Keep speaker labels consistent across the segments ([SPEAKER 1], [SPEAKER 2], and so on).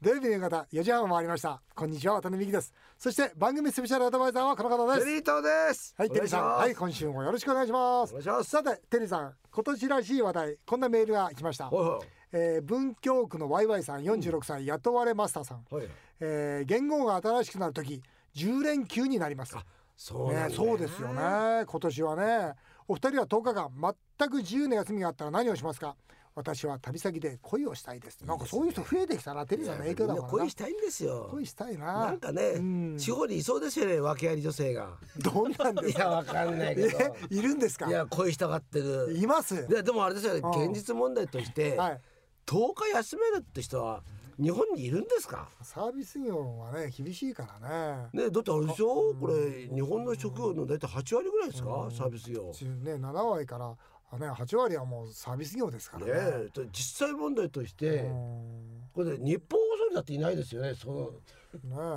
[SPEAKER 1] 土曜日の夕方4時半を回りましたこんにちは渡辺美希ですそして番組スペシャルアドバイザーはこの方で
[SPEAKER 2] テ
[SPEAKER 1] す
[SPEAKER 2] リートです。
[SPEAKER 1] はいテリーさん
[SPEAKER 2] お
[SPEAKER 1] は
[SPEAKER 2] 願
[SPEAKER 1] い
[SPEAKER 2] いします
[SPEAKER 1] 今週もよろしくお願いします
[SPEAKER 2] お願いします
[SPEAKER 1] さてテリーさん今年らしい話題こんなメールが来ました、
[SPEAKER 2] は
[SPEAKER 1] えー文京区のワイワイさん46歳、雇われマスターさん、
[SPEAKER 2] いはいはい。
[SPEAKER 1] えー言語が新しくなるとき10連休になります
[SPEAKER 2] そうなんだ
[SPEAKER 1] ね、そうですよ。ね今年はねお二人は10日間全く自由な休みがあったら何をしますか私は旅先で恋をしたいですなんかそういう人増えてきたなテリーさんの影響だ
[SPEAKER 2] みん
[SPEAKER 1] もん
[SPEAKER 2] な
[SPEAKER 1] な
[SPEAKER 2] 恋したいんですよ。
[SPEAKER 1] 恋したいな
[SPEAKER 2] なんかね、
[SPEAKER 1] うん
[SPEAKER 2] 地方にいそうですよね、訳あり女性が。
[SPEAKER 1] どんなんで
[SPEAKER 2] い
[SPEAKER 1] す
[SPEAKER 2] や、
[SPEAKER 1] か
[SPEAKER 2] わかんないけど。
[SPEAKER 1] えいるんですか
[SPEAKER 2] いや、恋したがってる。
[SPEAKER 1] います
[SPEAKER 2] いや、でもあれですよね、
[SPEAKER 1] うん
[SPEAKER 2] 現実問題として、
[SPEAKER 1] はい
[SPEAKER 2] 10日休めるって人は日本にいるんですか。
[SPEAKER 1] サービス業はね厳しいからね
[SPEAKER 2] ね、だってあれでしょこれ日本の職業の大体8割ぐらいですか、サービス業。
[SPEAKER 1] じゅね7割からあね8割はもうサービス業ですから
[SPEAKER 2] ね
[SPEAKER 1] ね
[SPEAKER 2] え、と実際問題とし
[SPEAKER 1] う
[SPEAKER 2] て、
[SPEAKER 1] ん
[SPEAKER 2] これ日本放送にだっていないですよね。その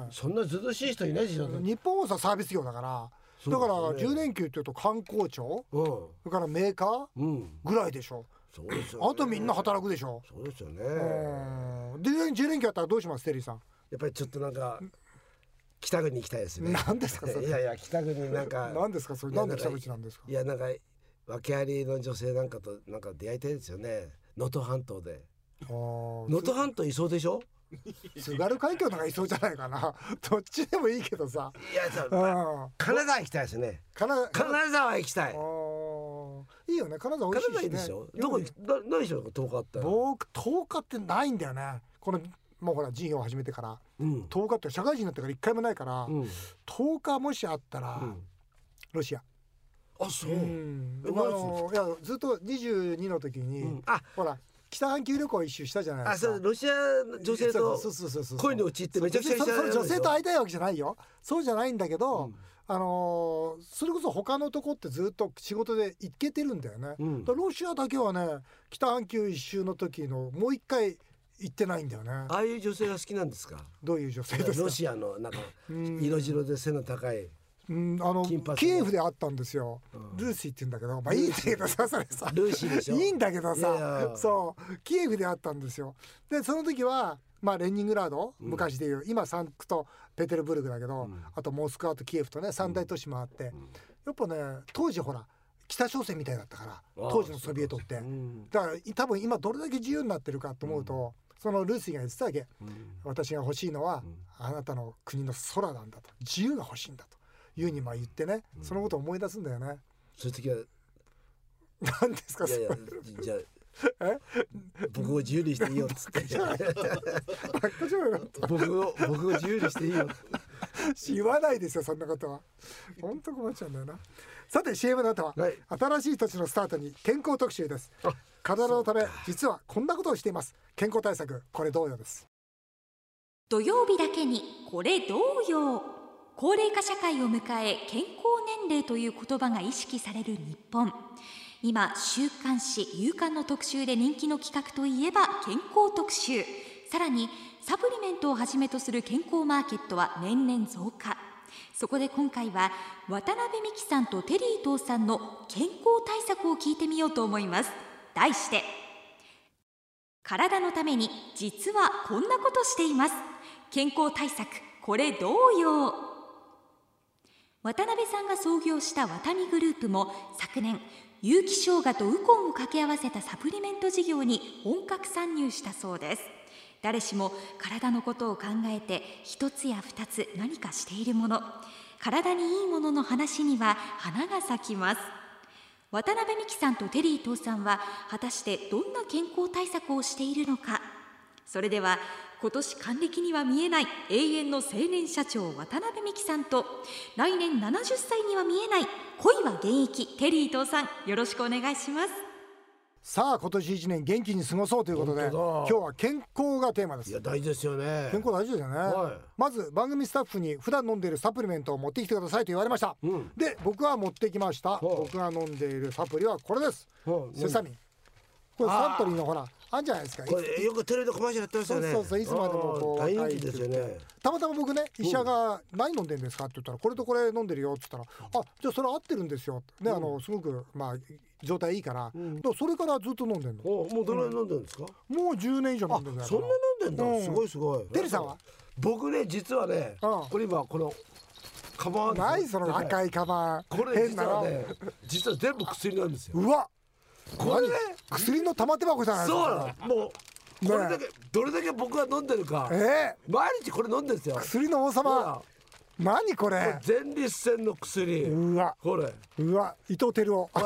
[SPEAKER 1] ね
[SPEAKER 2] そんなずずしい人いないでしょ。うん。
[SPEAKER 1] 日本はさサービス業だから
[SPEAKER 2] そう
[SPEAKER 1] だから
[SPEAKER 2] ですよ
[SPEAKER 1] 10
[SPEAKER 2] ね
[SPEAKER 1] 連休っていうと観光庁それからメーカー
[SPEAKER 2] うん。
[SPEAKER 1] ぐらいでしょ
[SPEAKER 2] そうですよ、ね。
[SPEAKER 1] あとみんな。働くでしょ
[SPEAKER 2] そうですよね。
[SPEAKER 1] うんで10連休あったらどうしますテリーさん
[SPEAKER 2] やっぱりちょっとなんか北国行きたいですね。
[SPEAKER 1] 何ですかそれ
[SPEAKER 2] いやいや北国な んか。
[SPEAKER 1] 何ですかそれ
[SPEAKER 2] いや
[SPEAKER 1] 何で北口なんですか
[SPEAKER 2] いやなんか訳ありの女性なんかとなんか出会いたいですよね。能登半島で。
[SPEAKER 1] あー
[SPEAKER 2] 能登半島いそうでしょ。
[SPEAKER 1] 津軽海峡とかいそうじゃないかなどっちでもいいけどさ
[SPEAKER 2] いやさ
[SPEAKER 1] う、ん
[SPEAKER 2] 金沢行きたいですね。
[SPEAKER 1] 金
[SPEAKER 2] 金沢行きたい
[SPEAKER 1] あ。ーいいよね金沢美
[SPEAKER 2] 金
[SPEAKER 1] 味しいし
[SPEAKER 2] 沢いいで
[SPEAKER 1] ね
[SPEAKER 2] しょ。どこ行きな何でしょう遠かったら。
[SPEAKER 1] 僕10日ってないんだよねこのもうほら事業を始めてから
[SPEAKER 2] うん。
[SPEAKER 1] 10日って社会人になってから1回もないから、
[SPEAKER 2] うん。
[SPEAKER 1] 10日もしあったら、
[SPEAKER 2] うん
[SPEAKER 1] ロシア
[SPEAKER 2] あそう。
[SPEAKER 1] うん
[SPEAKER 2] え
[SPEAKER 1] 僕あのいやずっと22の時に、
[SPEAKER 2] うんあ
[SPEAKER 1] ほら北半球旅行一周したじゃないで
[SPEAKER 2] あ、
[SPEAKER 1] すか
[SPEAKER 2] そう、ロシアの女性と
[SPEAKER 1] そうそうそうそう
[SPEAKER 2] 恋に陥ってめちゃくちゃ
[SPEAKER 1] 別にそ
[SPEAKER 2] に
[SPEAKER 1] その女性と会いたいわけじゃないよそうじゃないんだけど、
[SPEAKER 2] うん
[SPEAKER 1] あのーそれこそ他のとこってずっと仕事で行けてるんだよね、
[SPEAKER 2] うん
[SPEAKER 1] だからロシアだけはね北半球一周の時のもう一回行ってないんだよね
[SPEAKER 2] ああいう女性が好きなんですか。
[SPEAKER 1] どういう女性ですか
[SPEAKER 2] ロシアのなんか
[SPEAKER 1] ん
[SPEAKER 2] 色白で背の高い。
[SPEAKER 1] うんあの
[SPEAKER 2] 金髪の
[SPEAKER 1] キエフで会ったんですよ、ルーシーって言うんだけどまあいいんだけどさそれさ
[SPEAKER 2] ルーシーでしょ
[SPEAKER 1] いいんだけど
[SPEAKER 2] いやい
[SPEAKER 1] さ
[SPEAKER 2] や
[SPEAKER 1] そうキエフで会ったんですよでその時はまあレニングラード昔でいう、今サンクトペテルブルクだけど、あとモスクワとキエフとね三大都市もあって、やっぱね当時ほら北朝鮮みたいだったから
[SPEAKER 2] ああ
[SPEAKER 1] 当時のソビエトって、
[SPEAKER 2] ん
[SPEAKER 1] だから多分今どれだけ自由になってるかと思うと、そのルーシーが言ってたわけ、私が欲しいのは、あなたの国の空なんだと自由が欲しいんだというにまあ言ってね、そのことを思い出すんだよね
[SPEAKER 2] そういう時は。
[SPEAKER 1] 何ですか
[SPEAKER 2] いやいや
[SPEAKER 1] それ、
[SPEAKER 2] じゃあ。僕を自由にしていいよっつって。
[SPEAKER 1] バカじゃない の
[SPEAKER 2] 僕を、僕を自由にしていいよ。
[SPEAKER 1] 言わないですよそんなことは本当困っちゃうんだよなさて CM の後は、
[SPEAKER 2] はい
[SPEAKER 1] 新しい土地のスタートに健康特集です体のため実はこんなことをしています健康対策これ同様です
[SPEAKER 3] 土曜日だけにこれどうよ高齢化社会を迎え健康年齢という言葉が意識される日本今週刊誌「夕刊」の特集で人気の企画といえば健康特集さらにサプリメントをはじめとする健康マーケットは年々増加そこで今回は渡辺美樹さんとテリー伊藤さんの健康対策を聞いてみようと思います題して体のために実はこんなことしています健康対策これどうよ渡辺さんが創業したワタミグループも昨年有機生姜とウコンを掛け合わせたサプリメント事業に本格参入したそうです誰しも体のことを考えて一つや二つ何かしているもの体にいいものの話には花が咲きます渡辺美樹さんとテリー伊藤さんは果たしてどんな健康対策をしているのかそれでは今年還暦には見えない永遠の青年社長渡辺美樹さんと来年70歳には見えない恋は現役テリー伊藤さんよろしくお願いします
[SPEAKER 1] さあ今年一年元気に過ごそうということで
[SPEAKER 2] 本当
[SPEAKER 1] 今
[SPEAKER 2] だ
[SPEAKER 1] 日は健康がテーマです
[SPEAKER 2] いや、大事ですよね。
[SPEAKER 1] 健康大事ですよね、
[SPEAKER 2] はい
[SPEAKER 1] まず番組スタッフに普段飲んでいるサプリメントを持ってきてくださいと言われました、
[SPEAKER 2] うん
[SPEAKER 1] で僕は持ってきました
[SPEAKER 2] ほう
[SPEAKER 1] 僕が飲んでいるサプリはこれです
[SPEAKER 2] ほう
[SPEAKER 1] セサミンこれ
[SPEAKER 2] あー
[SPEAKER 1] サントリーのほらあんじゃないですか
[SPEAKER 2] これよくテレビでコマーシャルやってましたよね
[SPEAKER 1] そうそうそういつまでもこう
[SPEAKER 2] あー大人気ですよ
[SPEAKER 1] 大
[SPEAKER 2] ね
[SPEAKER 1] たまたま僕ね医者が「何飲んでんですか?」って言ったら「これとこれ飲んでるよ」って言ったら「あじゃあそれ合ってるんですよ」ね、あのすごくまあ状態いいから、
[SPEAKER 2] うん
[SPEAKER 1] だからそれからずっと飲んでんの
[SPEAKER 2] おもうどれぐらい飲んでるんですか、
[SPEAKER 1] もう10年以上飲
[SPEAKER 2] あ
[SPEAKER 1] んでるんだ
[SPEAKER 2] そんな飲んでんだ、
[SPEAKER 1] うん
[SPEAKER 2] すごいすごい
[SPEAKER 1] テリーさんは
[SPEAKER 2] 僕ね実はね、
[SPEAKER 1] うん
[SPEAKER 2] これ今このカバン
[SPEAKER 1] ないその赤
[SPEAKER 2] い
[SPEAKER 1] いカバン
[SPEAKER 2] これ
[SPEAKER 1] 変
[SPEAKER 2] 実
[SPEAKER 1] な
[SPEAKER 2] は
[SPEAKER 1] の、
[SPEAKER 2] ね実は全部薬なんですよ
[SPEAKER 1] うわ
[SPEAKER 2] これね
[SPEAKER 1] 何薬の玉手箱じゃないです
[SPEAKER 2] そう
[SPEAKER 1] か
[SPEAKER 2] なのもう
[SPEAKER 1] ね
[SPEAKER 2] これだけ、どれだけ僕が飲んでるか
[SPEAKER 1] ええ
[SPEAKER 2] 毎日これ飲んでるんですよ
[SPEAKER 1] 薬の王
[SPEAKER 2] ほ
[SPEAKER 1] 様
[SPEAKER 2] ら
[SPEAKER 1] 何これ
[SPEAKER 2] 前立腺の薬
[SPEAKER 1] うわ
[SPEAKER 2] これ
[SPEAKER 1] うわ伊藤輝夫
[SPEAKER 2] ほ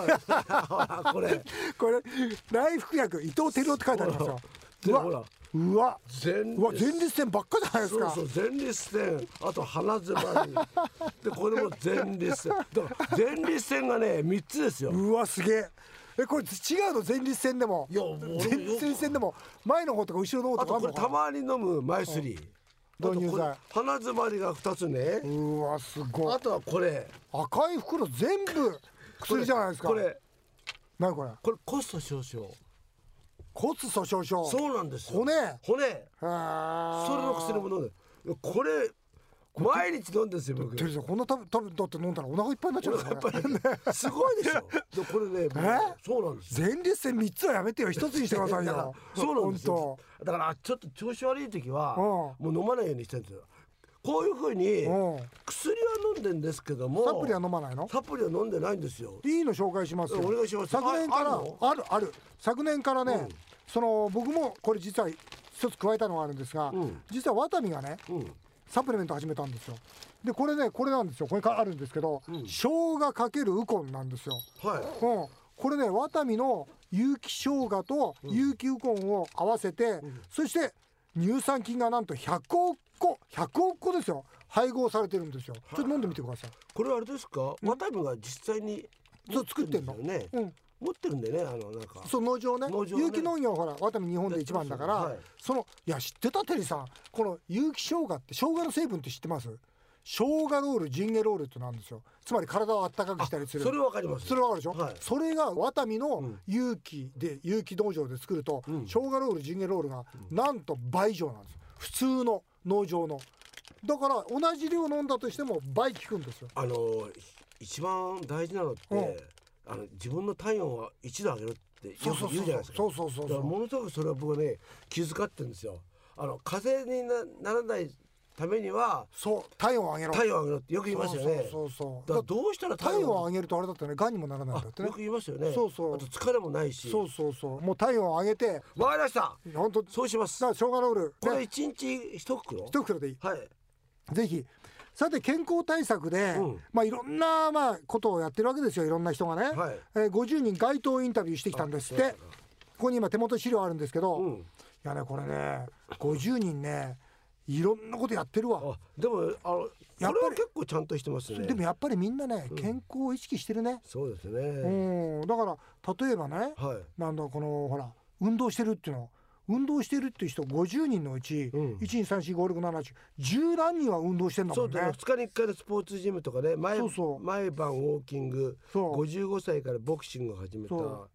[SPEAKER 2] らほらこれ
[SPEAKER 1] これ内服薬伊藤輝夫って書いてありますよ
[SPEAKER 2] で
[SPEAKER 1] う
[SPEAKER 2] ほら
[SPEAKER 1] わうわ
[SPEAKER 2] 前
[SPEAKER 1] うわ
[SPEAKER 2] 立
[SPEAKER 1] 前立腺ばっかじゃないです
[SPEAKER 2] そう
[SPEAKER 1] か
[SPEAKER 2] そう前立腺あと鼻づま りでこれも前立腺だから前立腺がね三つですよ
[SPEAKER 1] うわすげええこれ違うの前立腺でも
[SPEAKER 2] いや俺よ
[SPEAKER 1] 前立腺でも前の方とか後ろの方
[SPEAKER 2] あ
[SPEAKER 1] とかあ
[SPEAKER 2] と
[SPEAKER 1] ん
[SPEAKER 2] こ
[SPEAKER 1] の
[SPEAKER 2] れ
[SPEAKER 1] か
[SPEAKER 2] たまに飲むマイスリーあと
[SPEAKER 1] 導入
[SPEAKER 2] これ
[SPEAKER 1] 剤
[SPEAKER 2] 鼻づまりが二つね
[SPEAKER 1] うわすごい
[SPEAKER 2] あとはこれ
[SPEAKER 1] 赤い袋全部薬じゃないですか
[SPEAKER 2] これ
[SPEAKER 1] 何これ
[SPEAKER 2] これコスト少々
[SPEAKER 1] 骨粗鬆症
[SPEAKER 2] そうなんですよ
[SPEAKER 1] 骨
[SPEAKER 2] 骨
[SPEAKER 1] そ
[SPEAKER 2] それの薬も飲んでるこれ毎日飲んでるんですよ僕
[SPEAKER 1] テリーさんこんな食べ食べだって飲んだらお腹いっぱいになっちゃう
[SPEAKER 2] やっ
[SPEAKER 1] か
[SPEAKER 2] ぱ
[SPEAKER 1] らね
[SPEAKER 2] りねすごいでしょでこれねもうそうなんですよ
[SPEAKER 1] 前立腺三つはやめてよ一つにしてください
[SPEAKER 2] だか
[SPEAKER 1] よ
[SPEAKER 2] らそうなんですよだからちょっと調子悪い時は
[SPEAKER 1] うん
[SPEAKER 2] もう飲まないようにしてるんですよこういうふうに
[SPEAKER 1] うん
[SPEAKER 2] 薬は飲んでんですけども
[SPEAKER 1] サプリは飲まないの
[SPEAKER 2] サプリは飲んでないんですよ
[SPEAKER 1] いいの紹介しますよ
[SPEAKER 2] お願いします
[SPEAKER 1] 昨年から
[SPEAKER 2] ああ
[SPEAKER 1] あ
[SPEAKER 2] るの
[SPEAKER 1] るある昨年からね、
[SPEAKER 2] うん
[SPEAKER 1] その僕もこれ実は一つ加えたのがあるんですが、
[SPEAKER 2] うん
[SPEAKER 1] 実はワタミがね
[SPEAKER 2] うん
[SPEAKER 1] サプリメント始めたんですよでこれねこれなんですよこれからあるんですけど、生姜かけるウコンなんですよ
[SPEAKER 2] はい
[SPEAKER 1] うん、これねワタミの有機生姜と有機ウコンを合わせて、そして乳酸菌がなんと100億個100億個ですよ配合されてるんですよちょっと飲んでみてください、
[SPEAKER 2] これあれですかワタミが実際に
[SPEAKER 1] そう作ってんの
[SPEAKER 2] 持ってるですよ
[SPEAKER 1] う
[SPEAKER 2] ね
[SPEAKER 1] ん、
[SPEAKER 2] 持ってるんでねあのなんか
[SPEAKER 1] その農場ね
[SPEAKER 2] 農場ね
[SPEAKER 1] 有機農業ほらワタミ日本で一番だから、
[SPEAKER 2] やって
[SPEAKER 1] そのいや知ってたテリーさんこの有機生姜って生姜の成分って知ってます生姜ロールジンゲロールってなんですよつまり体をあったかくしたりする
[SPEAKER 2] それわかります
[SPEAKER 1] それわかるでしょ、
[SPEAKER 2] はい
[SPEAKER 1] それがワタミの
[SPEAKER 2] ん
[SPEAKER 1] 有機で有機農場で作ると、生姜ロールジンゲロールがなんと倍以上なんですよ普通の農場のだから同じ量飲んだとしても倍効くんですよ
[SPEAKER 2] あの一番大事なのって、
[SPEAKER 1] うん
[SPEAKER 2] あの自分の体温は一度上げるってよ
[SPEAKER 1] そうそ
[SPEAKER 2] く
[SPEAKER 1] う
[SPEAKER 2] 言うじゃないですか。
[SPEAKER 1] そうそうそうそう
[SPEAKER 2] だからものすごくそれは僕はね気遣ってるんですよ。あの風邪になならないためには
[SPEAKER 1] そう体温を上げろ
[SPEAKER 2] 体温を上げろってよく言いますよね。
[SPEAKER 1] そうそうそう
[SPEAKER 2] だ
[SPEAKER 1] そ
[SPEAKER 2] か
[SPEAKER 1] う
[SPEAKER 2] らどうしたら
[SPEAKER 1] 体
[SPEAKER 2] 体
[SPEAKER 1] 温を
[SPEAKER 2] 温
[SPEAKER 1] 上げるとあれだったねがんにもならないんだって
[SPEAKER 2] あ
[SPEAKER 1] ね
[SPEAKER 2] よく言いますよね。
[SPEAKER 1] そうそう
[SPEAKER 2] あと疲れもないし。
[SPEAKER 1] そうそうそうもう体温を上げて
[SPEAKER 2] わかりました。
[SPEAKER 1] 本当
[SPEAKER 2] そうします
[SPEAKER 1] さ。あ生姜ロール
[SPEAKER 2] これ
[SPEAKER 1] ね
[SPEAKER 2] 一日一袋。
[SPEAKER 1] 一袋でいい
[SPEAKER 2] はい。
[SPEAKER 1] ぜひさて健康対策で、
[SPEAKER 2] うん
[SPEAKER 1] まあいろんなまあことをやってるわけですよいろんな人がね、
[SPEAKER 2] はい
[SPEAKER 1] えー50人街頭インタビューしてきたんですってここに今手元資料あるんですけど、
[SPEAKER 2] う
[SPEAKER 1] い
[SPEAKER 2] ん。
[SPEAKER 1] やねこれね50人ねいろんなことやってるわ
[SPEAKER 2] あでもあのこれ
[SPEAKER 1] や
[SPEAKER 2] は
[SPEAKER 1] っぱり
[SPEAKER 2] 結構ちゃんとしてますね。
[SPEAKER 1] でもやっぱりみんなね健康を意識してるね、
[SPEAKER 2] そうです
[SPEAKER 1] うん、
[SPEAKER 2] ね。
[SPEAKER 1] だから例えばね、
[SPEAKER 2] はい。
[SPEAKER 1] なんだこのほら運動してるっていうの運動してるっていう人50人のうち、
[SPEAKER 2] うん
[SPEAKER 1] 123456710何人は運動してんだ
[SPEAKER 2] そ
[SPEAKER 1] も
[SPEAKER 2] うんだね
[SPEAKER 1] ね
[SPEAKER 2] 2日に1回のスポーツジムとかね毎
[SPEAKER 1] そうそう
[SPEAKER 2] 毎晩ウォーキング
[SPEAKER 1] そう
[SPEAKER 2] 55歳からボクシングを始めた
[SPEAKER 1] そう
[SPEAKER 2] ああ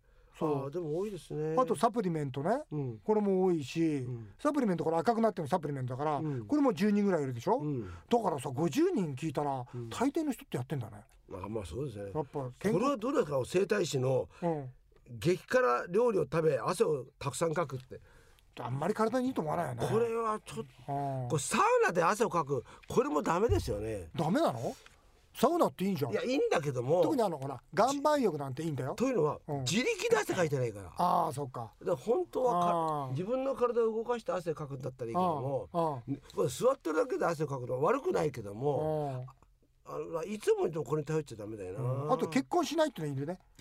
[SPEAKER 1] そ
[SPEAKER 2] でも多いですね
[SPEAKER 1] うあとサプリメントね
[SPEAKER 2] うん
[SPEAKER 1] これも多いし、
[SPEAKER 2] ん
[SPEAKER 1] サプリメントこれ赤くなってるのサプリメントだから、
[SPEAKER 2] うん
[SPEAKER 1] これも10人ぐらいいるでしょ、
[SPEAKER 2] うん
[SPEAKER 1] だからさ50人聞いたら、大抵の人ってやってんだね
[SPEAKER 2] まあまあそうですね
[SPEAKER 1] や
[SPEAKER 2] こ
[SPEAKER 1] っぱ健
[SPEAKER 2] れ
[SPEAKER 1] 康
[SPEAKER 2] はどうですか整体師の
[SPEAKER 1] うん
[SPEAKER 2] 激辛料理を食べ汗をたくさんかくって
[SPEAKER 1] あんまり体にいいと思わないよね
[SPEAKER 2] これはち
[SPEAKER 1] う
[SPEAKER 2] ょっ
[SPEAKER 1] ん
[SPEAKER 2] とこれサウナで汗をかくこれもダメですよね
[SPEAKER 1] ダメなのサウナっていいんじゃん
[SPEAKER 2] いやいいんだけども
[SPEAKER 1] 特にあのほら岩盤浴なんていいんだよ
[SPEAKER 2] というのは
[SPEAKER 1] うん
[SPEAKER 2] 自力で汗かいてないからだか
[SPEAKER 1] ああそっから
[SPEAKER 2] 本当は
[SPEAKER 1] あ
[SPEAKER 2] か
[SPEAKER 1] あ
[SPEAKER 2] 自分の体を動かして汗かくんだったらいいけども
[SPEAKER 1] ああああ
[SPEAKER 2] これ座ってるだけで汗をかくのは悪くないけども、
[SPEAKER 1] うん
[SPEAKER 2] あのいつもにでもこれに頼っちゃダメだよな、
[SPEAKER 1] あと結婚しないっていうのいるね。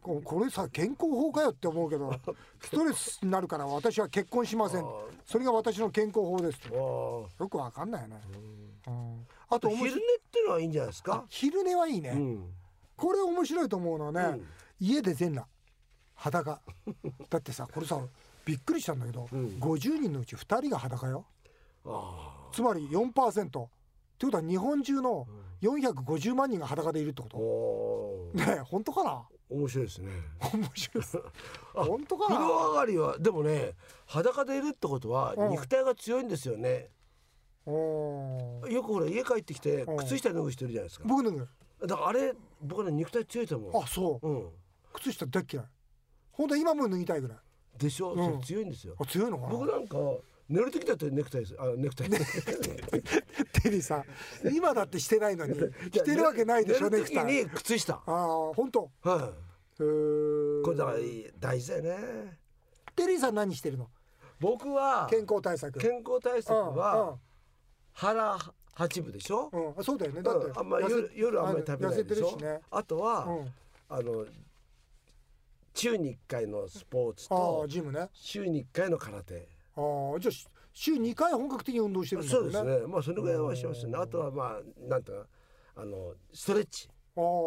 [SPEAKER 1] ここれさ健康法かよって思うけ どストレスになるから私は結婚しません
[SPEAKER 2] あー
[SPEAKER 1] それが私の健康法です
[SPEAKER 2] あー
[SPEAKER 1] よくわかんないよね、うんあと
[SPEAKER 2] 昼
[SPEAKER 1] 面
[SPEAKER 2] 寝っ
[SPEAKER 1] 白い
[SPEAKER 2] てのはいいんじゃないですか、
[SPEAKER 1] 昼寝はいいね、
[SPEAKER 2] うん、
[SPEAKER 1] これ面白いと思うのはね、
[SPEAKER 2] うん
[SPEAKER 1] 家で全裸裸だってさこれさびっくりしたんだけど、
[SPEAKER 2] うん
[SPEAKER 1] 50人のうち2人が裸よ
[SPEAKER 2] あ
[SPEAKER 1] つまり4%ってことは日本中の450万人が裸でいるってこ
[SPEAKER 2] あ
[SPEAKER 1] と、
[SPEAKER 2] おー
[SPEAKER 1] ねえ本当かな
[SPEAKER 2] 面白いですね。
[SPEAKER 1] 面白いです。本当か
[SPEAKER 2] 風
[SPEAKER 1] な。
[SPEAKER 2] 呂上がりはでもね裸でいるってことは
[SPEAKER 1] うん
[SPEAKER 2] 肉体が強いんですよね。
[SPEAKER 1] おー
[SPEAKER 2] よくほら家帰ってきて
[SPEAKER 1] うん
[SPEAKER 2] 靴下脱ぐ人いるじゃないですか。
[SPEAKER 1] 僕脱ぐ。
[SPEAKER 2] だからあれ僕はね肉体強いと思
[SPEAKER 1] あ、そう。
[SPEAKER 2] う。うん。
[SPEAKER 1] 靴下大っ嫌い。本当今も脱ぎたいぐらい。
[SPEAKER 2] でしょ。
[SPEAKER 1] うん
[SPEAKER 2] それ強いんですよ。
[SPEAKER 1] あ、強いのかな。
[SPEAKER 2] 僕なんか寝る時だってネクタイです。あネクタ イ。
[SPEAKER 1] テリーさん、今だってしてないのに、してるわけないでしょ、ネ
[SPEAKER 2] 寝る
[SPEAKER 1] ク
[SPEAKER 2] 時
[SPEAKER 1] タイ。
[SPEAKER 2] に靴下。
[SPEAKER 1] ああ、本当。
[SPEAKER 2] は
[SPEAKER 1] へー
[SPEAKER 2] い。これだから大事だよね。
[SPEAKER 1] テリーさん何してるの
[SPEAKER 2] 僕は
[SPEAKER 1] 健康対策。
[SPEAKER 2] 健康対策は腹八分でしょ
[SPEAKER 1] う。ん、うんうん、そうだよね。だって、
[SPEAKER 2] うんあんまり夜夜あんまり食べないでし
[SPEAKER 1] 痩
[SPEAKER 2] ょ
[SPEAKER 1] せてるしね。
[SPEAKER 2] あとは、
[SPEAKER 1] うん、
[SPEAKER 2] あの週に1回のスポーツ
[SPEAKER 1] あ
[SPEAKER 2] と
[SPEAKER 1] あ、ジムね。あ
[SPEAKER 2] 週に1回の空手
[SPEAKER 1] あ、じゃあし週2回本格的に運動してるんだ
[SPEAKER 2] そ
[SPEAKER 1] よ
[SPEAKER 2] う
[SPEAKER 1] ね。
[SPEAKER 2] です
[SPEAKER 1] あ
[SPEAKER 2] ねまあそれぐらいはしますねあとはまあなんていうかあのストレッチ
[SPEAKER 1] あ、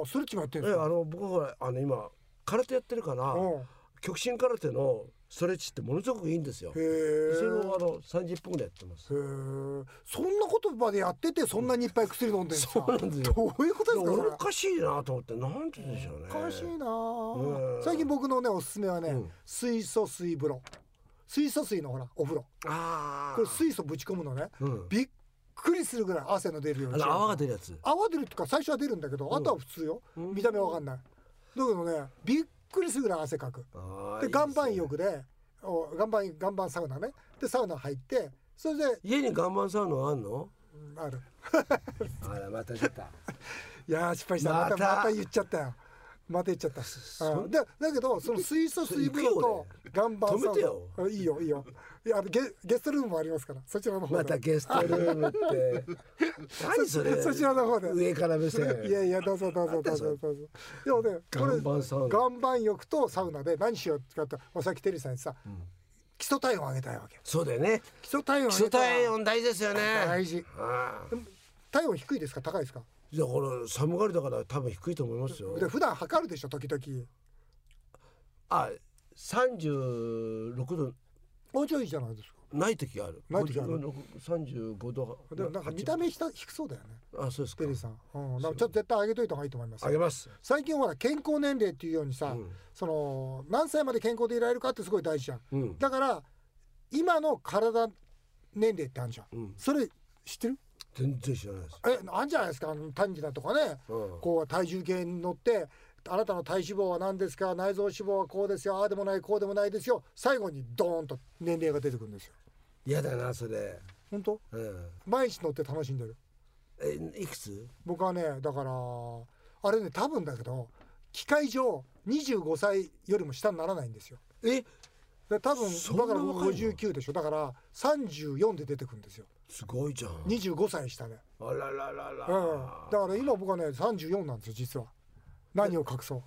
[SPEAKER 1] ストレッチもやって
[SPEAKER 2] え
[SPEAKER 1] るんです
[SPEAKER 2] あ
[SPEAKER 1] か。
[SPEAKER 2] の僕ほらあの今空手やってるから
[SPEAKER 1] うん、へ
[SPEAKER 2] 極真空手のストレッチってものすごくいいんですよ
[SPEAKER 1] え。
[SPEAKER 2] それをあの30分ぐらいやってます
[SPEAKER 1] へえそんなことまでやっててそんなにいっぱい薬飲んでるんですか
[SPEAKER 2] そうなんですよ
[SPEAKER 1] どういうこと
[SPEAKER 2] で
[SPEAKER 1] ですかそ
[SPEAKER 2] 俺
[SPEAKER 1] れ
[SPEAKER 2] おかしいなと思ってなんて言うんでしょうね
[SPEAKER 1] おかしいな
[SPEAKER 2] う
[SPEAKER 1] あ
[SPEAKER 2] ん
[SPEAKER 1] 最近僕のねおすすめはね、
[SPEAKER 2] うん
[SPEAKER 1] 水素水風呂水素水のほらお風呂
[SPEAKER 2] ああ
[SPEAKER 1] これ水素ぶち込むのね
[SPEAKER 2] うん
[SPEAKER 1] びっくりするぐらい汗の出るよう
[SPEAKER 2] あ
[SPEAKER 1] にして
[SPEAKER 2] の
[SPEAKER 1] る
[SPEAKER 2] 泡が出るやつ
[SPEAKER 1] 泡出るとか最初は出るんだけど
[SPEAKER 2] ん
[SPEAKER 1] あとは普通よ、
[SPEAKER 2] うん
[SPEAKER 1] 見た目はわかんないだけどねびっくりするぐらい汗かく
[SPEAKER 2] あー
[SPEAKER 1] で
[SPEAKER 2] いいす
[SPEAKER 1] 岩
[SPEAKER 2] ね
[SPEAKER 1] 盤浴でお岩盤岩盤サウナねでサウナ入ってそれで
[SPEAKER 2] 家に岩盤サウナあんの
[SPEAKER 1] うんある
[SPEAKER 2] あらまた出た。
[SPEAKER 1] いやー失敗したま
[SPEAKER 2] ま
[SPEAKER 1] た
[SPEAKER 2] た
[SPEAKER 1] また言っちゃったよまた言っちゃった
[SPEAKER 2] そ
[SPEAKER 1] うんだだけどその水素水風呂と岩盤
[SPEAKER 2] 止めてよ
[SPEAKER 1] サウナいいよいいよいやあのゲゲストルームもありますからそちらの方で
[SPEAKER 2] またゲストルームって。 何それ。
[SPEAKER 1] そちらの方で
[SPEAKER 2] 上から目線。
[SPEAKER 1] いやいやどうぞどうぞどうぞどうぞでもねこれ
[SPEAKER 2] 岩盤サウナ
[SPEAKER 1] 岩盤浴とサウナで何しようって言ったらさっきテリーさんにさ、基礎体温上げたいわけ
[SPEAKER 2] そうだよね。
[SPEAKER 1] 基礎体温
[SPEAKER 2] 基
[SPEAKER 1] 上げ
[SPEAKER 2] 礎
[SPEAKER 1] たら
[SPEAKER 2] 体温大事ですよね。
[SPEAKER 1] 大事
[SPEAKER 2] ああ。
[SPEAKER 1] 体温低いですか高いですか
[SPEAKER 2] じゃあこれ寒がりだから多分低いと思いますよ
[SPEAKER 1] で。普段測るでしょ時々
[SPEAKER 2] あ、三十六度
[SPEAKER 1] もうちょいじゃないですか
[SPEAKER 2] ない時がある。
[SPEAKER 1] ない時ある
[SPEAKER 2] 三十五度。
[SPEAKER 1] でもなんか見た目ひた低そうだよね
[SPEAKER 2] あ、そうですか
[SPEAKER 1] テリー。さん、うん、なんかちょっと絶対上げといた方がいいと思います
[SPEAKER 2] あげます。
[SPEAKER 1] 最近ほら健康年齢っていうようにさ、
[SPEAKER 2] うん
[SPEAKER 1] その何歳まで健康でいられるかってすごい大事じゃん、
[SPEAKER 2] うん。
[SPEAKER 1] だから今の体年齢ってあるじゃん、
[SPEAKER 2] うん
[SPEAKER 1] それ知ってる
[SPEAKER 2] 全然知らないです。
[SPEAKER 1] えあんじゃないですかあの短期だとかね、
[SPEAKER 2] うん
[SPEAKER 1] こう体重計に乗ってあなたの体脂肪は何ですか内臓脂肪はこうですよああでもないこうでもないですよ最後にドーンと年齢が出てくるんですよ
[SPEAKER 2] 嫌だなそれ。
[SPEAKER 1] 本当
[SPEAKER 2] うん。
[SPEAKER 1] 毎日乗って楽しんでる
[SPEAKER 2] え、いくつ？
[SPEAKER 1] 僕はねだからあれね多分だけど機械上25歳よりも下にならないんですよ
[SPEAKER 2] え、
[SPEAKER 1] で多分
[SPEAKER 2] そんな
[SPEAKER 1] だから僕
[SPEAKER 2] 若いの
[SPEAKER 1] 59でしょだから34で出てくるんですよ
[SPEAKER 2] すごいじゃん。
[SPEAKER 1] 25歳下で、
[SPEAKER 2] あららら
[SPEAKER 1] うん、
[SPEAKER 2] ら。
[SPEAKER 1] だから今僕はね34なんですよ実は何を隠そう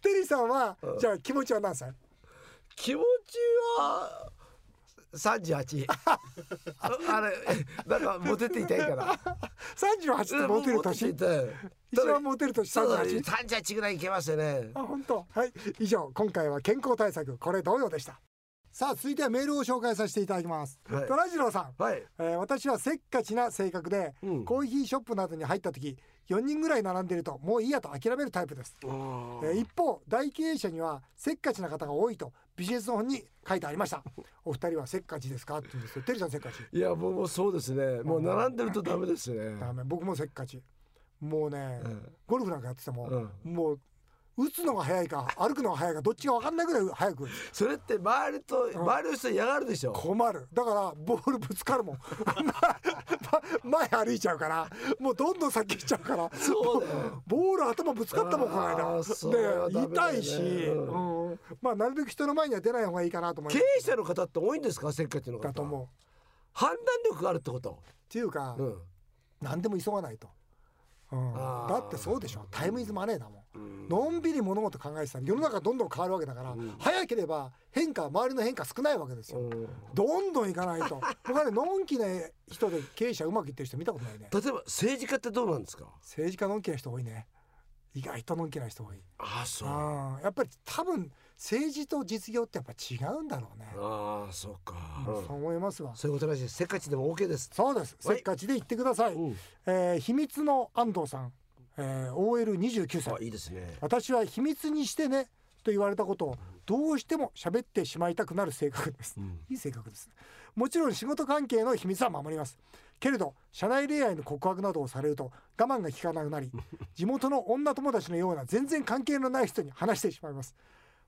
[SPEAKER 1] テリーさんはじゃあ気持ちは何歳
[SPEAKER 2] 気持ちは三十 八。ああれなんかモテていたい から。
[SPEAKER 1] ?38 ってモテる
[SPEAKER 2] モ
[SPEAKER 1] 年
[SPEAKER 2] テていたい
[SPEAKER 1] 一番モテる年
[SPEAKER 2] ただ
[SPEAKER 1] 38
[SPEAKER 2] 三十八ぐらいいけますよね。
[SPEAKER 1] あ本当はい以上今回は健康対策これ同様でしたさあ続いてはメールを紹介させていただきます、
[SPEAKER 2] はい
[SPEAKER 1] 虎次郎さん
[SPEAKER 2] はい。
[SPEAKER 1] えー私はせっかちな性格で、
[SPEAKER 2] うん
[SPEAKER 1] コーヒーショップなどに入った時4人ぐらい並んでいるともういいやと諦めるタイプです、えー一方大経営者にはせっかちな方が多いとビジネスの本に書いてありま したお二人はせっかちですかって言うんですよてるさんせっかち
[SPEAKER 2] いや僕もそうですね。もう並んでるとダメですね。
[SPEAKER 1] ダメ僕もせっかちもうね、
[SPEAKER 2] うん
[SPEAKER 1] ゴルフなんかやってても、もう打つのが早いか歩くのが早いかどっちが分かんないぐらい早く打つ
[SPEAKER 2] それって周りと周りの人嫌がるでしょ。
[SPEAKER 1] 困るだからボールぶつかるもん ま前歩いちゃうからもうどんどん先行っちゃうから
[SPEAKER 2] そうだよ。
[SPEAKER 1] ボール頭ぶつかったもんこの
[SPEAKER 2] あーそれは
[SPEAKER 1] 間
[SPEAKER 2] ダ
[SPEAKER 1] で
[SPEAKER 2] メだ
[SPEAKER 1] 痛
[SPEAKER 2] ね
[SPEAKER 1] いし、
[SPEAKER 2] う
[SPEAKER 1] うんまあなるべく人の前には出ない方がいいかなと思い
[SPEAKER 2] 経
[SPEAKER 1] ま
[SPEAKER 2] 営者の方って多いんですかせっかちの
[SPEAKER 1] す
[SPEAKER 2] 方。
[SPEAKER 1] だと思うっ
[SPEAKER 2] 判断力があるってこと。
[SPEAKER 1] ていうか、
[SPEAKER 2] うん。
[SPEAKER 1] 何でも急がないと、うん、
[SPEAKER 2] あー
[SPEAKER 1] だってそうでしょタイムイズマネーだもん、のんびり物事考えてたら世の中どんどん変わるわけだから、早ければ変化周りの変化少ないわけですよ、
[SPEAKER 2] うん
[SPEAKER 1] どんどんいかない と僕はねのんきな人で経営者うまくいってる人見たことないね
[SPEAKER 2] 例えば政治家ってどうなんですか。
[SPEAKER 1] 政治家のんきな人多いね意外とのんきな人多い
[SPEAKER 2] あそう。
[SPEAKER 1] あーやっぱり多分政治と実業ってやっぱ違うんだろうね、
[SPEAKER 2] ああそうか、
[SPEAKER 1] そう思いますわ
[SPEAKER 2] そういうことらしいですせっかちでも OK です
[SPEAKER 1] そうです
[SPEAKER 2] は
[SPEAKER 1] せ
[SPEAKER 2] い
[SPEAKER 1] っかちで言ってください、
[SPEAKER 2] うん
[SPEAKER 1] えー秘密の安藤さん、えー OL29 歳
[SPEAKER 2] あいいですね
[SPEAKER 1] 私は秘密にしてねと言われたことをどうしても喋ってしまいたくなる性格です、
[SPEAKER 2] ん
[SPEAKER 1] いい性格ですねもちろん仕事関係の秘密は守りますけれど社内恋愛の告白などをされると我慢が効かなくな り地元の女友達のような全然関係のない人に話してしまいます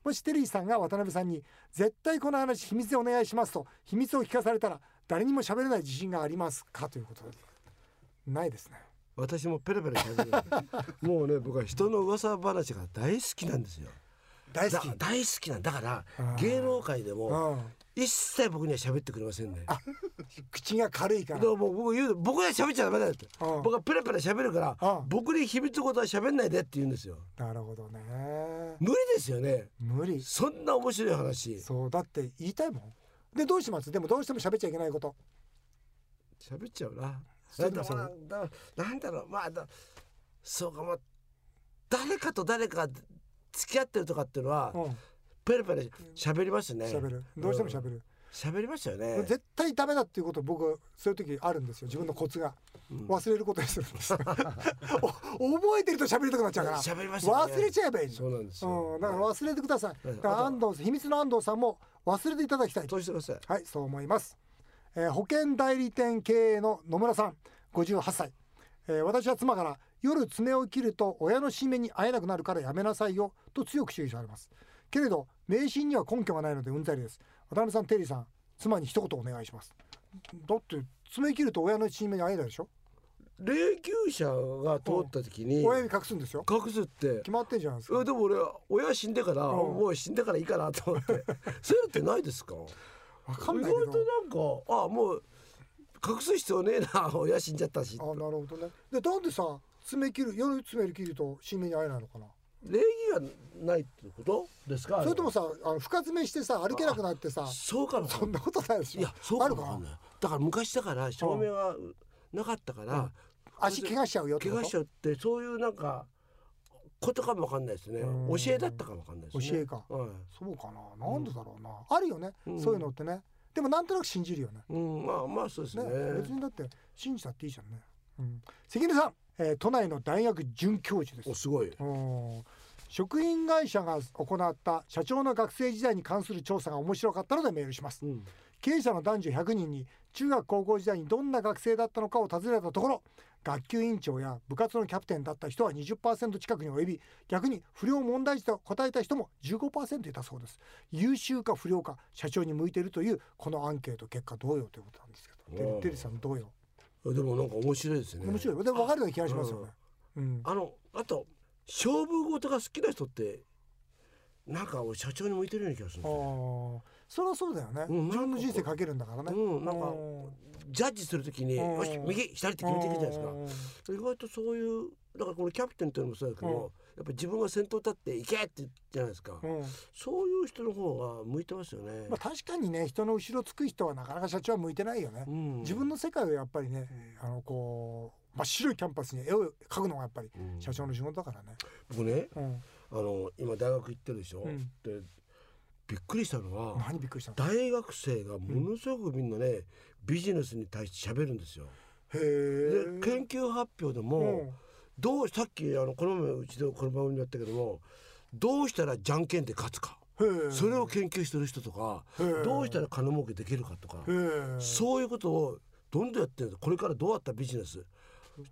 [SPEAKER 1] もしテリーさんが渡辺さんに「絶対この話秘密でお願いします」と秘密を聞かされたら誰にも喋れない自信がありますかということですないですね
[SPEAKER 2] 私もペラペラ喋るもうね僕は人の噂話が大好きなんですよ
[SPEAKER 1] 大好
[SPEAKER 2] だ
[SPEAKER 1] き、
[SPEAKER 2] 大好きなんだから
[SPEAKER 1] うん
[SPEAKER 2] 芸能界で
[SPEAKER 1] う
[SPEAKER 2] も
[SPEAKER 1] ん、
[SPEAKER 2] 一切僕には喋ってくれませんね
[SPEAKER 1] 口が軽いか
[SPEAKER 2] だ
[SPEAKER 1] ら
[SPEAKER 2] からもう僕言う僕は喋っちゃダメだよって
[SPEAKER 1] うん
[SPEAKER 2] 僕はペラペラ喋るか
[SPEAKER 1] う
[SPEAKER 2] ら
[SPEAKER 1] ん
[SPEAKER 2] 僕に秘密のことは喋んないでって言うんですよ
[SPEAKER 1] なるほどね
[SPEAKER 2] 無理ですよね
[SPEAKER 1] 無理
[SPEAKER 2] そんな面白い話
[SPEAKER 1] そうだって言いたいもんでどうしますでもどうしても喋っちゃいけないこと
[SPEAKER 2] 喋っちゃうな
[SPEAKER 1] そ
[SPEAKER 2] な
[SPEAKER 1] うんで
[SPEAKER 2] だ
[SPEAKER 1] もそ
[SPEAKER 2] ろ
[SPEAKER 1] う
[SPEAKER 2] うなななんだろうまあだそうかまあ誰かと誰かが付き合ってるとかっていうのは
[SPEAKER 1] うん
[SPEAKER 2] ペラペラ喋りますね
[SPEAKER 1] 喋るどうしても喋る、
[SPEAKER 2] 喋りましたよね
[SPEAKER 1] 絶対ダメだっていうこと僕そういう時あるんですよ自分のコツが忘れることにするんです お覚えてると喋りたくなっちゃうから
[SPEAKER 2] 喋りましたよね
[SPEAKER 1] 忘れちゃえばいいの
[SPEAKER 2] そうなんですよ
[SPEAKER 1] うん、だから忘れてください、
[SPEAKER 2] うん
[SPEAKER 1] だから安藤秘密の安藤さんも忘れていただきたい
[SPEAKER 2] 通してください
[SPEAKER 1] はい、そう思います。えー保険代理店経営の野村さん、58歳。えー私は妻から夜爪を切ると親の締めに会えなくなるからやめなさいよと強く注意されます。けれど迷信には根拠がないのでうんざりです。渡辺さん、テリーさん、妻に一言お願いします。だって爪切ると親の締めに会えないでしょ。
[SPEAKER 2] 霊柩車が通った時に
[SPEAKER 1] 親指隠すんですよ。
[SPEAKER 2] 隠すって
[SPEAKER 1] 決まってんじゃないです
[SPEAKER 2] え
[SPEAKER 1] か。
[SPEAKER 2] でも俺親死んでから
[SPEAKER 1] ん
[SPEAKER 2] もう死んでからいいかなと思って そういうのってないですか
[SPEAKER 1] わかんないけ
[SPEAKER 2] 意外と
[SPEAKER 1] ど。
[SPEAKER 2] なんかあもう隠す必要ねえな親死んじゃったし
[SPEAKER 1] あ、なるほどね。で、なんでさ、爪切る、夜爪切ると締めに会えないのかな。
[SPEAKER 2] 礼儀がないってことですか
[SPEAKER 1] それともさ、あの深爪してさ、歩けなくなってさ。
[SPEAKER 2] そうかも
[SPEAKER 1] そんなことないでしょ。
[SPEAKER 2] いやそうか
[SPEAKER 1] ある
[SPEAKER 2] も
[SPEAKER 1] か
[SPEAKER 2] わかんな
[SPEAKER 1] ない
[SPEAKER 2] だから昔だから照明がなかったから、
[SPEAKER 1] 足怪我しちゃうよって
[SPEAKER 2] 怪
[SPEAKER 1] こと。
[SPEAKER 2] 我しちゃうってそういうなんかことかもわかんないですね
[SPEAKER 1] うん
[SPEAKER 2] 教えだったかもわかんないですね
[SPEAKER 1] 教えか
[SPEAKER 2] はい
[SPEAKER 1] そうかな。なんでだろうな。あるよね、
[SPEAKER 2] うん
[SPEAKER 1] そういうのってね。でもなんとなく信じるよね。
[SPEAKER 2] うんまあまあそうですね
[SPEAKER 1] ね別にだって信じたっていいじゃんね。うん、関根さん、えー都内の大学准教授で
[SPEAKER 2] お
[SPEAKER 1] す。
[SPEAKER 2] すごい
[SPEAKER 1] うん食品会社が行った社長の学生時代に関する調査が面白かったのでメールします。
[SPEAKER 2] うん
[SPEAKER 1] 経営者の男女100人に中学高校時代にどんな学生だったのかを尋ねたところ学級委員長や部活のキャプテンだった人は20%近くに及び逆に不良問題児と答えた人も15%いたそうです優秀か不良か社長に向いているというこのアンケート結果同様ということなんですけど
[SPEAKER 2] おー
[SPEAKER 1] テリテリさん同様
[SPEAKER 2] でもなんか面白いですね
[SPEAKER 1] 面白いよでも分かるような気がしますよねうん、
[SPEAKER 2] あのあと勝負事が好きな人ってなんか俺社長に向いてるような気がするん
[SPEAKER 1] あ
[SPEAKER 2] ですよね
[SPEAKER 1] ーそりゃそうだよね、
[SPEAKER 2] うん
[SPEAKER 1] 自分の人生かけるんだからね、
[SPEAKER 2] うんなんか
[SPEAKER 1] うん
[SPEAKER 2] ジャッジするときに
[SPEAKER 1] うん
[SPEAKER 2] よし右左って決めていくじゃないですか
[SPEAKER 1] うん
[SPEAKER 2] 意外とそういうだからこのキャプテンっていうのもそうだけど、
[SPEAKER 1] うん
[SPEAKER 2] やっぱ自分が先頭立って行けって言うじゃないですか、
[SPEAKER 1] うん
[SPEAKER 2] そういう人の方が向いてますよね、
[SPEAKER 1] まあ、確かにね人の後ろつく人はなかなか社長は向いてないよね、
[SPEAKER 2] うん
[SPEAKER 1] 自分の世界をやっぱりねあのこう真っ白いキャンパスに絵を描くのがやっぱり
[SPEAKER 2] うん
[SPEAKER 1] 社長の仕事だからね、
[SPEAKER 2] 僕ね
[SPEAKER 1] うん、
[SPEAKER 2] あの今大学行ってるでしょ、
[SPEAKER 1] うん
[SPEAKER 2] でびっくりしたのは
[SPEAKER 1] 何びっくりしたの
[SPEAKER 2] 大学生がものすごくみんなね、ビジネスに対して喋るんですよ。
[SPEAKER 1] へ
[SPEAKER 2] で
[SPEAKER 1] え
[SPEAKER 2] 研究発表でも、
[SPEAKER 1] うん
[SPEAKER 2] どうさっきあのこの前うちでこの番組でやったけどもどうしたらじゃんけんで勝つか、
[SPEAKER 1] へえ
[SPEAKER 2] それを研究してる人とか、
[SPEAKER 1] へえ
[SPEAKER 2] どうしたら金儲けできるかとか、
[SPEAKER 1] へえ
[SPEAKER 2] そういうことをどんどんやってるんですこれからどうやったらビジネス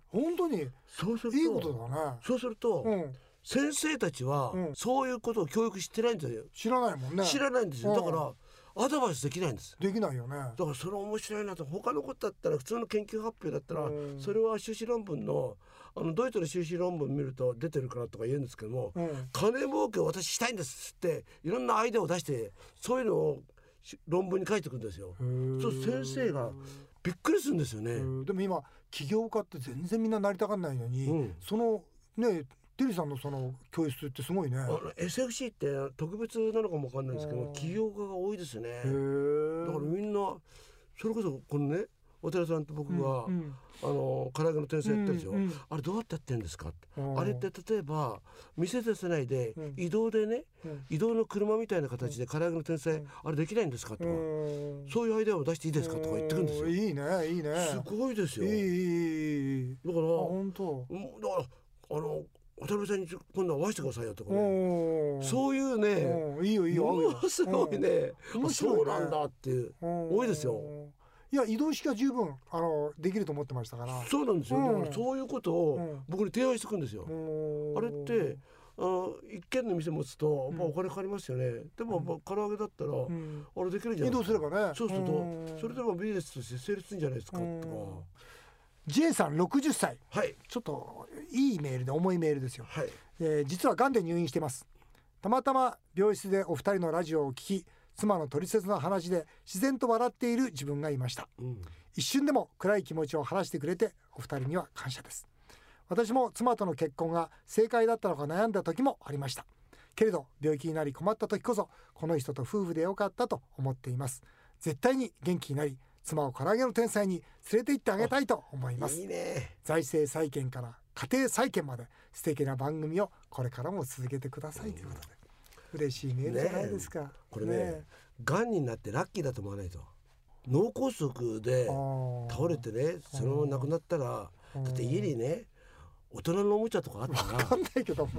[SPEAKER 1] 本当にいい
[SPEAKER 2] そうすると
[SPEAKER 1] ことだね
[SPEAKER 2] そうすると、
[SPEAKER 1] うん
[SPEAKER 2] 先生たちは、
[SPEAKER 1] うん
[SPEAKER 2] そういうことを教育してないんですよ
[SPEAKER 1] 知らないもんね
[SPEAKER 2] 知らないんですよ
[SPEAKER 1] うん
[SPEAKER 2] だからアドバイスできないんです
[SPEAKER 1] できないよね
[SPEAKER 2] だからそれ面白いなと他のことだったら普通の研究発表だったら
[SPEAKER 1] うん
[SPEAKER 2] それは修士論文のあのドイツの修士論文見ると出てるからとか言うんですけども
[SPEAKER 1] うん
[SPEAKER 2] 金儲けを私したいんですっていろんなアイデアを出してそういうのをし論文に書いてくんですよ。そう先生がびっくりするんですよね。
[SPEAKER 1] うんでも今起業家って全然みんななりたがんないのに、
[SPEAKER 2] うん
[SPEAKER 1] そのねテリーさんのその教室ってすごいね
[SPEAKER 2] あの SFC って特別なのかもわかんないんですけ
[SPEAKER 1] う
[SPEAKER 2] ど
[SPEAKER 1] ん
[SPEAKER 2] 起業家が多いですね
[SPEAKER 1] へ。え
[SPEAKER 2] だからみんなそれこそこのねお寺さんと僕が、
[SPEAKER 1] うん
[SPEAKER 2] あの唐揚げの天才やったでしょ、
[SPEAKER 1] うんうん
[SPEAKER 2] あれどうやってやってんですかって
[SPEAKER 1] うん
[SPEAKER 2] あれって例えば店出せないで
[SPEAKER 1] うん
[SPEAKER 2] 移動でね、
[SPEAKER 1] うん
[SPEAKER 2] 移動の車みたいな形で唐揚げの天才、
[SPEAKER 1] うん
[SPEAKER 2] あれできないんですかとか、
[SPEAKER 1] うん
[SPEAKER 2] そういうアイデアを出していいですかとか言ってくるんですよ、
[SPEAKER 1] いいねいいね
[SPEAKER 2] すごいで
[SPEAKER 1] い
[SPEAKER 2] す
[SPEAKER 1] いい
[SPEAKER 2] よ
[SPEAKER 1] い
[SPEAKER 2] だ
[SPEAKER 1] いいいい
[SPEAKER 2] から
[SPEAKER 1] あ本当
[SPEAKER 2] うんだからあの渡辺さんに今度はお会いしてくださいよとか、ね、
[SPEAKER 1] おー
[SPEAKER 2] そういうね、
[SPEAKER 1] うんいいよいいよ合う
[SPEAKER 2] も
[SPEAKER 1] よ
[SPEAKER 2] のすごいね、
[SPEAKER 1] うん面白い
[SPEAKER 2] そ
[SPEAKER 1] ね
[SPEAKER 2] うなんだっていう、
[SPEAKER 1] うん
[SPEAKER 2] 多いですよ
[SPEAKER 1] いや移動式は十分あのできると思ってましたから
[SPEAKER 2] そうなんですよ、
[SPEAKER 1] うん
[SPEAKER 2] だからそういうこと
[SPEAKER 1] う
[SPEAKER 2] を
[SPEAKER 1] ん
[SPEAKER 2] 僕に提案してくんですよ、
[SPEAKER 1] うん
[SPEAKER 2] あれってあの一軒の店持つと、まあ、お金かかりますよねでも、まあ、唐揚げだったら、
[SPEAKER 1] うん
[SPEAKER 2] あれできるんじゃ
[SPEAKER 1] 移
[SPEAKER 2] ない
[SPEAKER 1] 動
[SPEAKER 2] ですす
[SPEAKER 1] れ
[SPEAKER 2] か
[SPEAKER 1] ばね
[SPEAKER 2] そうすると、
[SPEAKER 1] うん
[SPEAKER 2] それでもビジネスとして成立するんじゃないですか、
[SPEAKER 1] うん
[SPEAKER 2] とか
[SPEAKER 1] J さん60歳
[SPEAKER 2] はい
[SPEAKER 1] ちょっといいメールで重いメールですよ、
[SPEAKER 2] はい
[SPEAKER 1] えー実はがんで入院してますたまたま病室でお二人のラジオを聞き妻の取説の話で自然と笑っている自分がいました
[SPEAKER 2] うん
[SPEAKER 1] 一瞬でも暗い気持ちを晴らしてくれてお二人には感謝です私も妻との結婚が正解だったのか悩んだ時もありましたけれど病気になり困った時こそこの人と夫婦でよかったと思っています絶対に元気になり妻を唐揚げの天才に連れて行ってあげたいと思います
[SPEAKER 2] いいね
[SPEAKER 1] 財政再建から家庭再建まで素敵な番組をこれからも続けてくださいということで嬉しいメールじゃないですか、
[SPEAKER 2] これねがんになってラッキーだと思わないと脳梗塞で倒れてねそのまま亡くなったらだって家にね大人のおもちゃとかあった
[SPEAKER 1] わか
[SPEAKER 2] ら
[SPEAKER 1] んないけども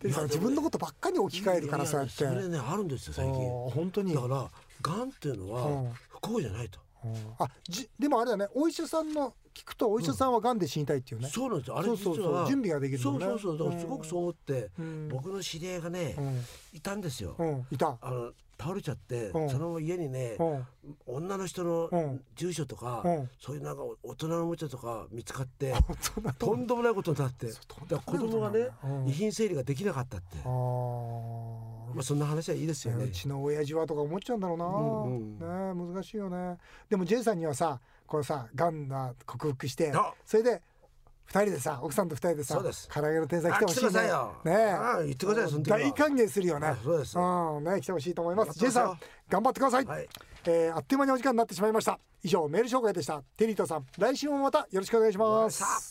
[SPEAKER 1] でさ
[SPEAKER 2] いやでもね
[SPEAKER 1] 自分のことばっかり置き換えるからそうやって
[SPEAKER 2] いやいやそれねあるんですよ最
[SPEAKER 1] あ
[SPEAKER 2] 近
[SPEAKER 1] ー本当に
[SPEAKER 2] だからがんっていうの
[SPEAKER 1] う
[SPEAKER 2] は
[SPEAKER 1] ん
[SPEAKER 2] 不幸じゃないと
[SPEAKER 1] うんあじでもあれだねお医者さんの聞くとお医者さんはがんで死にたいっていうね、
[SPEAKER 2] そうなんですよあれ
[SPEAKER 1] そう
[SPEAKER 2] 実
[SPEAKER 1] そうそう
[SPEAKER 2] は
[SPEAKER 1] 準備ができる
[SPEAKER 2] そ
[SPEAKER 1] も
[SPEAKER 2] うん
[SPEAKER 1] ね
[SPEAKER 2] そうそうだからすごくそう思って
[SPEAKER 1] うん
[SPEAKER 2] 僕の知り合いがね
[SPEAKER 1] うん
[SPEAKER 2] いたんですよ
[SPEAKER 1] うんいた、
[SPEAKER 2] あの倒れちゃって
[SPEAKER 1] うん
[SPEAKER 2] そのまま家にね
[SPEAKER 1] うん
[SPEAKER 2] 女の人
[SPEAKER 1] う
[SPEAKER 2] の
[SPEAKER 1] ん
[SPEAKER 2] 住所とか、
[SPEAKER 1] うん
[SPEAKER 2] そういうなんか大人のおもちゃとか見つかって、
[SPEAKER 1] そんな
[SPEAKER 2] とんでもないことになってだ
[SPEAKER 1] そうとんで
[SPEAKER 2] か
[SPEAKER 1] も
[SPEAKER 2] ら子
[SPEAKER 1] ないこと
[SPEAKER 2] 供がね、
[SPEAKER 1] うん
[SPEAKER 2] 遺品整理ができなかったって、
[SPEAKER 1] あ
[SPEAKER 2] ま
[SPEAKER 1] ー
[SPEAKER 2] あ、そんな話はいいですよ
[SPEAKER 1] ね
[SPEAKER 2] ね
[SPEAKER 1] う。ちの親父はとか思っちゃうんだろうな、
[SPEAKER 2] うん
[SPEAKER 1] ねえ難しいよねでも J さんにはさこのさがんが克服して
[SPEAKER 2] あ
[SPEAKER 1] それで二人でさ奥さんと二人でさ
[SPEAKER 2] そうです
[SPEAKER 1] 唐揚げの天才来てほしいね
[SPEAKER 2] あ来てくださいよ
[SPEAKER 1] ね
[SPEAKER 2] ああ
[SPEAKER 1] え
[SPEAKER 2] 言ってくださいその時は
[SPEAKER 1] 大歓迎するよね
[SPEAKER 2] あそうです
[SPEAKER 1] んね来てほしいと思いま
[SPEAKER 2] やっ
[SPEAKER 1] す J
[SPEAKER 2] てますよ
[SPEAKER 1] さん頑張ってください、
[SPEAKER 2] はい
[SPEAKER 1] えーあっという間にお時間になってしまいました以上メール紹介でしたテリーとさん来週もまたよろしくお願いします
[SPEAKER 2] わかりま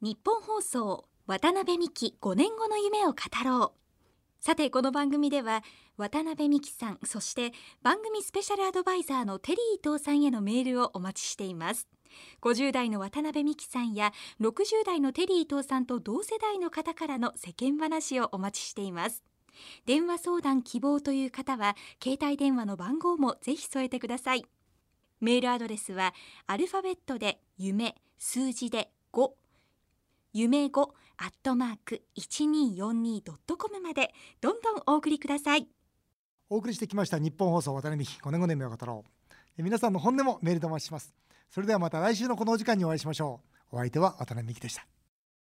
[SPEAKER 3] 日本放送渡辺美希5年後の夢を語ろうさてこの番組では渡辺美希さんそして番組スペシャルアドバイザーのテリー伊藤さんへのメールをお待ちしています50代の渡辺美希さんや60代のテリー伊藤さんと同世代の方からの世間話をお待ちしています電話相談希望という方は携帯電話の番号もぜひ添えてくださいメールアドレスはアルファベットで夢数字で5夢5アットマーク 1242.com までどんどんお送りください
[SPEAKER 1] お送りしてきました日本放送渡辺美希5年5年目を語ろうえ皆さんの本音もメールでお待ちしますそれではまた来週のこのお時間にお会いしましょうお相手は渡辺美希でした